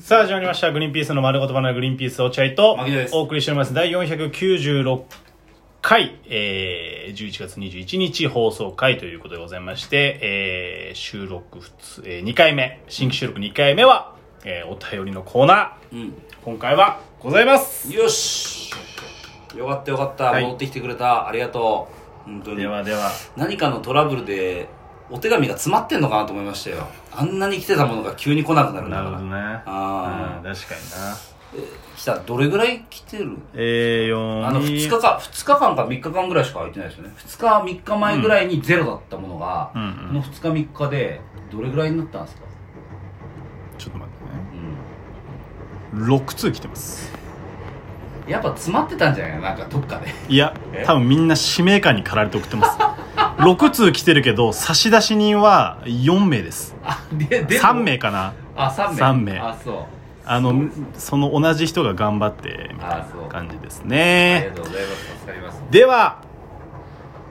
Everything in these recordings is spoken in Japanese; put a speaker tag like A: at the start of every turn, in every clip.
A: さあ始まりました「グリーンピースの丸ごとバナナグリーンピースお茶い」と
B: 牧野です
A: お送りしております第496回、えー、11月21日放送回ということでございまして、えー、収録普通、えー、2回目新規収録2回目は、えー、お便りのコーナー
B: うん
A: 今回はございます
B: よしよかったよかった、
A: はい
B: 戻ってきてくれたありがとう本当に
A: ではでは
B: 何かのトラブルでお手紙が詰まってんのかなと思いましたよあんなに来てたものが急に来なくなるんだ
A: な
B: か
A: るほ
B: ら
A: どね
B: あ
A: うん確かにな
B: 来たどれぐらい来てる
A: えー、4
B: あの2日か2日間か3日間ぐらいしか空いてないですよね2日3日前ぐらいにゼロだったものが、
A: うんうん
B: この2日3日でどれぐらいになったんですか、
A: ちょっと待って
B: う
A: ね
B: ん、
A: 6通来てます
B: やっぱ詰まってたんじゃないなんかどっかで
A: いや
B: え
A: 多分みんな使命感に駆られて送ってます 6通来てるけど差出人は4名です
B: あででも
A: 3名かな
B: あ三名
A: 三名
B: あそう
A: あのその同じ人が頑張ってみた
B: あ
A: い
B: そ
A: な
B: う
A: 感じです
B: ありが
A: ね
B: とうございます助かります
A: では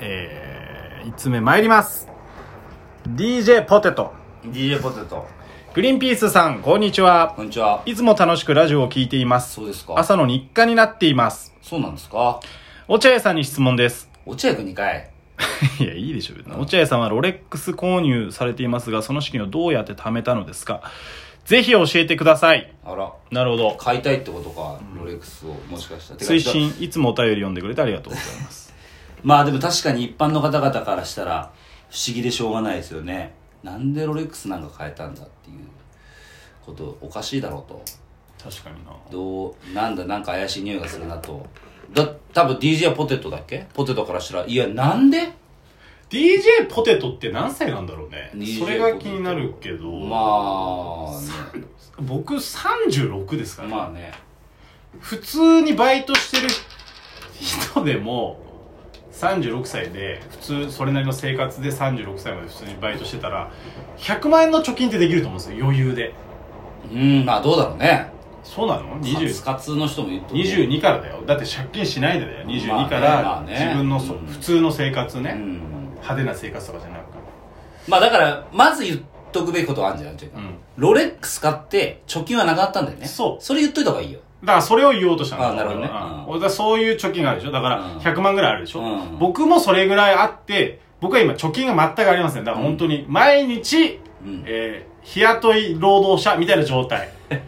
A: え5つ目参ります DJ ポテト
B: DJ ポテト
A: グリーンピースさんこんにちは
B: こんにちはい
A: つも楽しくラジオを聞いています
B: そうですか
A: 朝の日課になっています
B: そうなんですか
A: 落合さんに質問です
B: 落合君2回
A: いや、いいでしょ、別に落合さんはロレックス購入されていますが、その資金をどうやって貯めたのですかぜひ教えてください。
B: あら
A: なるほど。
B: 買いたいってことかロレックスをもしかしたらてか
A: 推進、いつもお便り読んでくれてありがとうございます。
B: まあでも確かに一般の方々からしたら不思議でしょうがないですよねなんでロレックスなんか変えたんだっていうことおかしいだろうと
A: 確かにな。
B: どうなんだなんか怪しい匂いがするなとだ多分 DJ はポテトだっけポテトからしたらいやなんで
A: DJ ポテトって何歳なんだろうね
B: DJ
A: それが気になるけど、
B: まあ、ね、
A: 僕36ですから、
B: まあね
A: 普通にバイトしてる人でも、36歳で普通それなりの生活で36歳まで普通にバイトしてたら100万円の貯金ってできると思うんですよ余裕で
B: うんまあどうだろうね
A: そうなの
B: カツカツの人もいると思う
A: 22からだよだって借金しないでだよ
B: ま
A: 22
B: あ
A: から
B: まあね
A: 自分のそ、
B: うん
A: 普通の生活ね、
B: うん
A: 派手な生活とかじゃなく
B: まあだからまず言っとくべきことがあるんじゃないというか、
A: うん
B: ロレックス買って貯金はなくなったんだよね
A: そう
B: それ言っといた方がいいよ
A: だからそれを言おうとしたの
B: あなるほどね
A: 俺は
B: うん
A: 俺はそういう貯金があるでしょだか
B: うん
A: ら100万ぐらいあるでしょ、
B: うん
A: 僕もそれぐらいあって僕は今貯金が全くありませんだから本当に毎日、
B: うん
A: えー日雇い労働者みたいな状態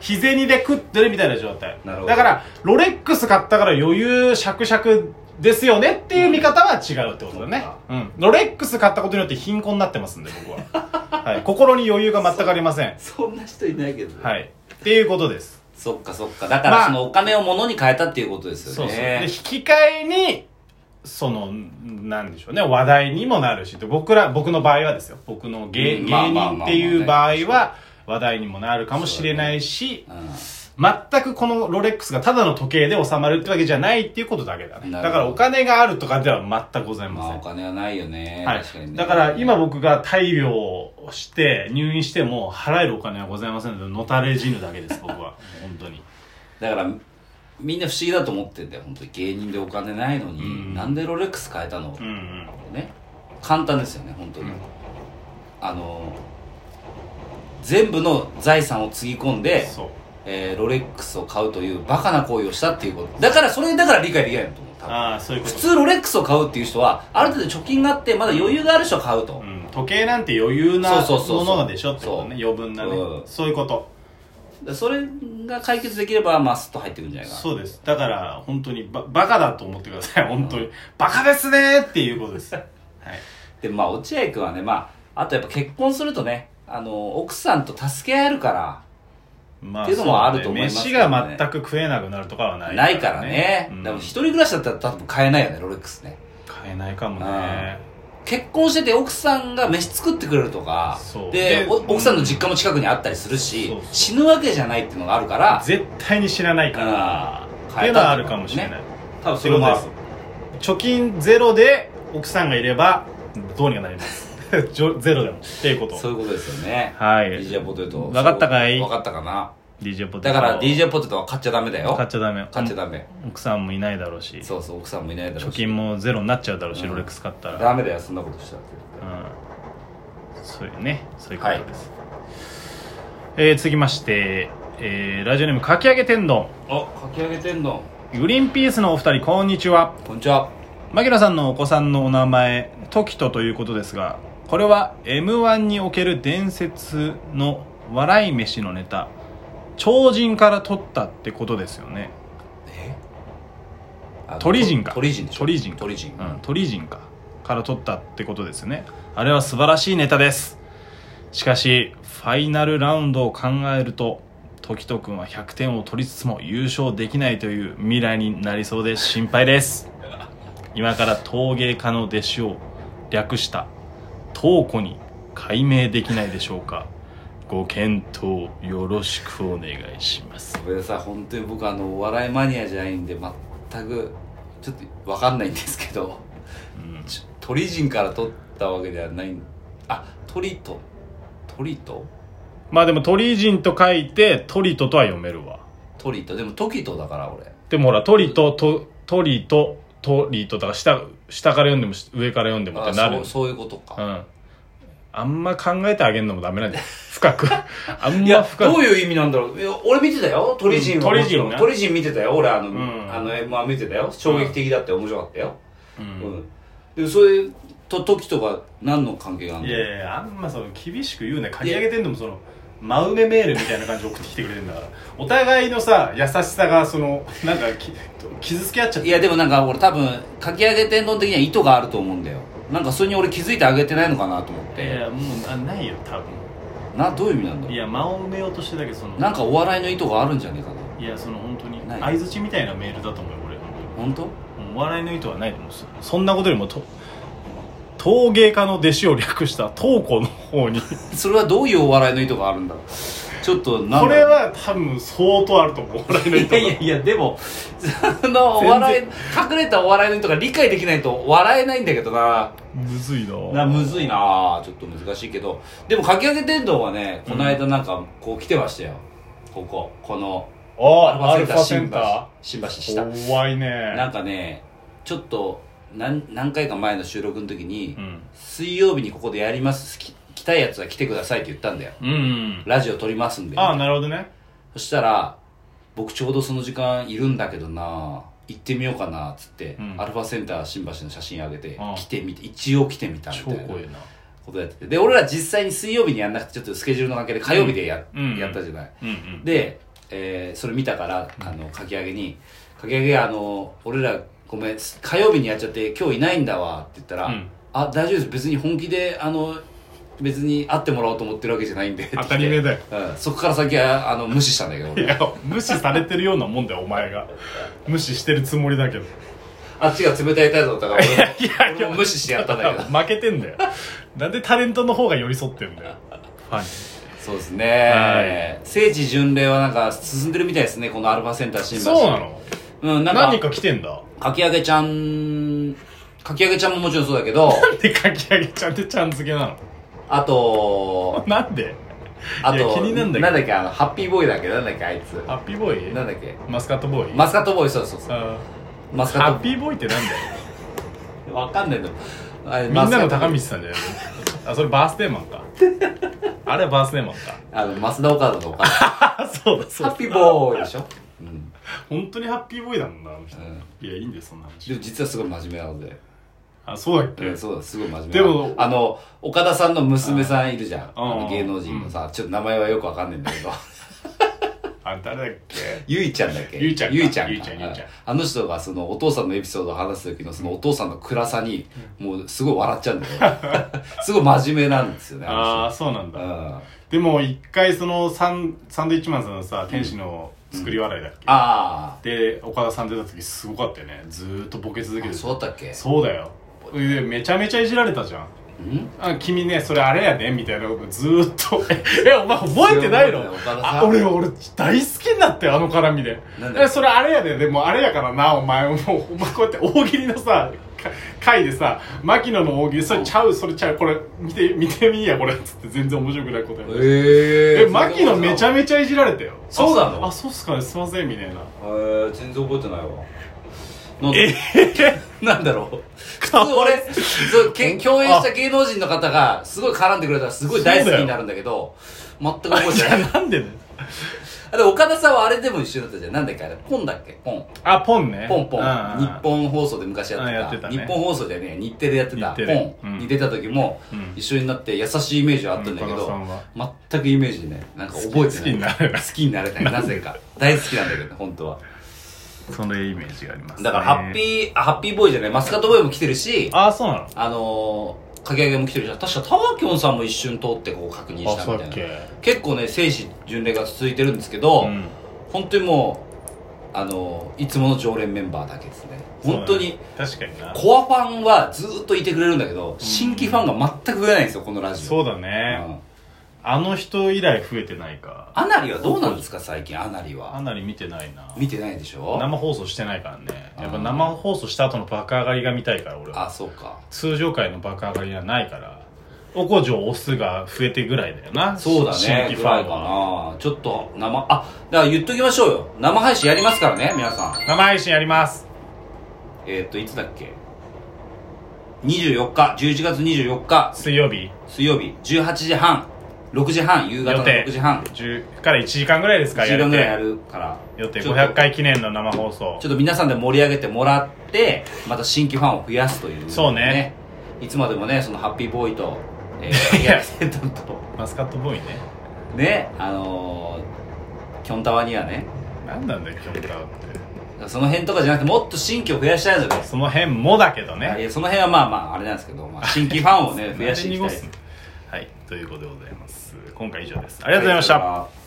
A: 日銭で食ってるみたいな状態
B: なるほど
A: だからロレックス買ったから余裕しゃくしゃくですよねっていう見方は違うってことだね、うん、ロレックス買ったことによって貧困になってますんで僕 は、はい、心に余裕が全くありません
B: そんな人いないけど、
A: はいっていうことです
B: そっかそっかだか
A: まあ
B: らそのお金を物に変えたっていうことですよね
A: そうそうで引き換えにそのんなんでしょうね話題にもなるしで僕ら僕の場合はですよ僕の芸,、
B: うんまあ
A: 芸
B: まあ
A: 人っていう場
B: まあま
A: 合
B: あね
A: は話題にもなるかもしれないし、
B: うん
A: 全くこのロレックスがただの時計で収まるってわけじゃないっていうことだけだね
B: な
A: だ
B: るほど
A: からお金があるとかでは全くございま
B: ま
A: せ
B: あ
A: ん
B: お、金はないよね、
A: はい
B: 確かに、ね、
A: だから今僕が大病をして入院しても払えるお金はございませんのでのたれ死ぬだけです僕は本当に
B: だからみんな不思議だと思ってんだよ本当に芸人でお金ないのに、
A: うん
B: なんでロレックス変えたの、
A: うんうん
B: ね簡単ですよね本当に、
A: うん
B: あの全部の財産をつぎ込んで、
A: そう
B: えーロレックスを買うというバカな行為をしたっていうことだからそれだから理解できないのと思う多分
A: ああそういうこ
B: 普
A: と
B: 通ロレックスを買うっていう人はある程度貯金があってまだ余裕がある人は買うと、
A: うん、時計なんて余裕な
B: そうそうそうそ
A: も
B: う
A: のでしょってことね余分なね、
B: うん
A: そういうこと
B: でそれが解決できればまあスッと入ってくるんじゃないかな
A: そうですだから本当にババカだと思ってください本当に、バカですねーっていうことです はい
B: でまあ落合君はねまああとやっぱ結婚するとねあの奥さんと助け合えるから
A: まあ
B: っていうのもあると思います
A: そう
B: け
A: だ
B: どね
A: ね飯が全く食えなくなるとかはない
B: ないからね、
A: うん
B: でも一人暮らしだったら多分買えないよねロレックスね
A: 買えないかもね
B: あ結婚してて奥さんが飯作ってくれるとか
A: そう
B: で
A: で
B: お奥さんの実家も近くにあったりするし、
A: そうそう
B: 死ぬわけじゃないっていうのがあるから
A: 絶対に知らないから
B: うん
A: っていうのはあるかもしれない、
B: 多分
A: そういうことです貯金ゼロで奥さんがいればどうにかなります じょゼロでもっていうこと
B: そういうことですよね
A: はい
B: DJ ポテト
A: わかったかい
B: わかったかな
A: DJ ポテ
B: だ
A: ト
B: から DJ ポテトは買っちゃダメだよ
A: 買っちゃダメ
B: 買っちゃダメ
A: 奥さんもいないだろうし
B: そうそう奥さんもいないだろ
A: 貯
B: うし
A: 金もゼロになっちゃうだろうし、
B: うん
A: ロレックス買ったら、
B: ダメだよそんなことしたら
A: うん、そういうねそういうことです、えー続きましてえーラジオネームかき揚げ天丼
B: あかき揚げ天丼
A: グリーンピースのお二人こんにちは
B: こんにちは
A: 牧野さんのお子さんのお名前トキトということですがこれは m 1における伝説の笑い飯のネタ超人から取ったってことですよね
B: えあの
A: 鳥人か
B: 鳥人でしょ
A: 鳥人
B: 鳥人、
A: うん、鳥人かから取ったってことですよねあれは素晴らしいネタですしかしファイナルラウンドを考えると時翔くんは100点を取りつつも優勝できないという未来になりそうで心配です今から陶芸家の弟子を略した陶子に改名できないでしょうかご検討よろしくお願いします
B: ごめんなさい本当に僕あのお笑いマニアじゃないんで全くちょっとわかんないんですけど、ち鳥人から取ったわけではないあ鳥と鳥と
A: まあでも鳥人と書いてトリトとは読めるわ
B: 鳥とでも時とだから俺
A: でもほら、鳥と、と、鳥と、鳥と、だから下、下から読んでもし上から読んでもっ
B: あ
A: てなる。
B: そうそういうことか、
A: うん。あんま考えてあげるのもダメなんだよ。 深く。あん
B: い
A: ま
B: や、
A: 深
B: ど
A: く。
B: ういう意味なんだろういや俺見てたよ。鳥人はもちろん
A: うん鳥人ね
B: 鳥人見てたよ。俺、あの、
A: ん
B: あの、M1 見てたよ。衝撃的だって面白かったよ。
A: う
B: うんん。でも、そういう、と、時とか何の関係がある
A: い
B: の
A: やいやいや、あんまその厳しく言うね。刈り上げてんのもその、真埋めメールみたいな感じで送ってきてくれてんだから。お互いのさ、優しさが、その、なんかき、傷つけ合っちゃっ
B: い
A: て。
B: や、でもなんか俺多分、かき上げ天丼的には意図があると思うんだよ。なんかそれに俺気づいてあげてないのかなと思っ
A: いやい
B: て。
A: や、もう、あないよ、多
B: な、どういう意味なんだ
A: 分。
B: ろ
A: いや、間を埋めようとしてたけど、その
B: う。、なんかお笑いの意図があるんじゃねえかな。
A: いや、その本当に、
B: ない
A: 相づちみたいなメールだと思うよ、俺、本当に。
B: 本当
A: お笑いの意図はないと思うんですよそんなことよりもと陶芸家の弟子を略した陶子の方に
B: それはどういうお笑いの意図があるんだろうちょっと、なんだろ
A: こ
B: う
A: れ は多分相当あると思うお笑いの意
B: い
A: 図
B: や
A: はい
B: やいや、でも、その、お笑い、隠れたお笑いの人が理解できないと笑えないんだけどな。
A: むずいな
B: な、むずいなちょっと難しいけど。でも、かき揚げ天丼はね、この間なんか、こう来てましたよ。ここ、この、
A: あアル
B: ル
A: フ
B: フ
A: ァ
B: ァ
A: セ
B: セ
A: ン
B: ン
A: タ
B: タ
A: ー
B: ー新橋下。
A: 怖い
B: なん
A: ね
B: かね、ちょっと、何、何回か前の収録の時に、
A: うん
B: 水曜日にここでやります。き来たいやつは来てくださいって言ったんだよ。
A: うん
B: ラジオ撮りますんで。
A: ああなるほどね
B: そしたら、僕ちょうどその時間いるんだけどな行ってみようかなっつって、
A: うん
B: アルファセンター新橋の写真あげて、
A: ああ
B: 来てみて、一応来てみたみ
A: 超
B: たいな
A: 怖いな
B: ことやってて。で、俺ら実際に水曜日にやんなくて、ちょっとスケジュールの関係で火曜日でや,、
A: うん
B: やったじゃない。
A: うんうん
B: で、えーそれ見たから、あの、かき揚げに、かき揚げ、あの、俺らごめん、火曜日にやっちゃって今日いないんだわって言ったら、
A: うん
B: あ、大丈夫です。別に本気で、あの、別に会ってもらおうと思ってるわけじゃないんで。って
A: 当
B: 来て
A: たり前だよ
B: うん、そこから先は、あの、無視したんだけど、俺
A: いや無視されてるようなもんだよお前が無視してるつもりだけど
B: あっちが冷たい態度だったから
A: いやいや
B: 俺も俺も無視してやったんだけど
A: 負けてんだよなんでタレントの方が寄り添ってんだよファンに
B: そうです
A: は
B: ね聖地巡礼はなんか進んでるみたいですねこのアルファセンター新橋
A: そうなの
B: うんなんか
A: 何か来てんだ
B: かき揚げちゃんかき揚げちゃんももちろんそうだけど
A: でかき揚げちゃんってちゃん付けな
B: あと
A: のなんで
B: あ
A: いや
B: と
A: 気になんだけど
B: っけあのハッピーボーイだっけなんだっけあいつ
A: ハッピーボーイ
B: なんだっけ
A: マスカットボーイ
B: マスカットボーイそうそうそう
A: あ
B: マ
A: ー
B: スカ
A: ハ
B: ッ
A: ッ
B: ト
A: ピーボーイってなんだよ
B: ボーイわかんないんだみ
A: みんなの高道さんじゃないのあそれバースデーマンかあれはバースデーマンか
B: あのマスダオカードのお 母さん
A: あ そうだそう
B: ハ
A: だ
B: ッピーボーイでしょうん
A: 本当にハッピーボーイだもんなあの人
B: うん
A: いやいいんだよそんな話
B: でも実はすごい真面目なので
A: あそうだっけ
B: うんそうだすごい真面目
A: でも
B: あの岡田さんの娘さんいるじゃんあ
A: うん
B: の芸能人のさ、ちょっと名前はよくわかんないんだけど
A: あ誰だっけ
B: ゆいちゃんだっけ
A: ゆいちゃんか
B: ゆいちゃんか
A: ゆいちゃんゆいちゃん
B: あの人がそのお父さんのエピソードを話す時のそのお父さんの暗さにもうすごい笑っちゃうんだよ すごい真面目なんですよね
A: あ
B: あ
A: あそうなん
B: の人
A: だ
B: うん
A: でも一回そのサンサンドイッチマンさんのさ天使の作り笑いだっけ
B: あ
A: で岡田さん出た時すごかったよねずーっとボケ続け
B: ー
A: て
B: そうだったっけ
A: そうだよでめちゃめちゃいじられたじゃん
B: うん
A: あ君ねそれあれやねみたいなことずーっと えお前覚えてないの
B: そう覚えてない岡田さん
A: あ俺俺大好きになったよあの絡みで
B: なんだ
A: えそれあれやででもあれやからなお前もうお前こうやって大喜利のさか回でさ牧野の大喜利それちゃうそれちゃうこれ見て見てみいやこれっつって全然面白くないことやる
B: え
A: え牧野めちゃ
B: め
A: めちゃいじられたよ
B: そうなの
A: あそうっすかねすいませんみたいな
B: えー、全然覚えてないわ なんなんだろう普通俺そうけ共演した芸能人の方がすごい絡んでくれたらすごい大好きになるんだけど全く覚えてない
A: なんでね
B: あで岡田さんはあれでも一緒だったじゃんなんだっけあれポンだっけポン
A: あ、ポンね。
B: ポンポン
A: うん
B: 日本放送で昔やっ
A: あ
B: て
A: や
B: た
A: ってたね
B: 日本放送じゃねえ日テレやってた
A: 日テレ
B: ポ
A: うん
B: ンに出た時も
A: うん
B: 一緒になって優しいイメージはあったんだけ
A: 岡田さん
B: ど
A: は
B: 全くイメージねなんか覚え
A: 好き
B: て
A: に
B: ない
A: なる
B: 好きになれないなぜか大好きなんだけどね本当は
A: そのイメージがあります、ね。
B: だからハッピーあハッピーボーイじゃないマスカットボーイも来てるし
A: ああ、そうなの
B: あのー、かき揚げも来てるし確かタワキョンさんも一瞬通ってこう確認
A: あ、
B: した
A: そう
B: み
A: だった
B: い
A: っ
B: な
A: け。
B: 結構ね生死巡礼が続いてるんですけど、
A: うん
B: 本当にもうあのいつもの常連メンバーだけですね本当に。
A: 確かにな。
B: コアファンはずーっといてくれるんだけど、新規ファンが全く増えないんですよこのラジオ
A: そううだね、
B: ん
A: あの人以来増えてないか。
B: アナリはどうなんですか最近アナリは
A: かなり見てないな。
B: 見てないでしょ
A: 生放送してないからね。やっぱ
B: あー
A: 生放送した後の爆上がりが見たいから、俺は。
B: あそうか
A: 通常回の爆上がりはないから。おこじを押すが増えてぐらいだよな。
B: そうだ
A: 新
B: ね
A: 規フ
B: ぐら
A: ァ
B: い
A: ン
B: か
A: は。
B: なちょっと生あだから言っときましょうよ生配信やりますからね皆さん
A: 生配信やります。
B: えーっ、と、いつだっけ ?24 日、11月24日、
A: 水曜日。
B: 水曜日、18時半、6時半、夕方
A: 予
B: の
A: 定
B: 6時半、
A: 10から1時間ぐらいですか
B: 1時間ぐらいや
A: る
B: るから、
A: 予定
B: ちょっ
A: 500
B: と
A: 回記念の生放送
B: ちょっと皆さんで盛り上げてもらって、また新規ファンを増やすという、
A: そうね。
B: いつまでもね、そのハッピーボーイと、えー、ヤセントと、
A: マスカットボーイね
B: ね、あのー、キョンタワにはね、
A: 何なんだよキョンタウって
B: その辺とかじゃなくて、もっと新規を増やしたいのです
A: その辺もだけど
B: よ。い
A: ね
B: やその辺はまあまあ、あれなんですけど、まあ、新規ファンをね、増やしていきたい
A: 何
B: です
A: 濁すのはいということでございます今回以上ですありがとうございました
B: は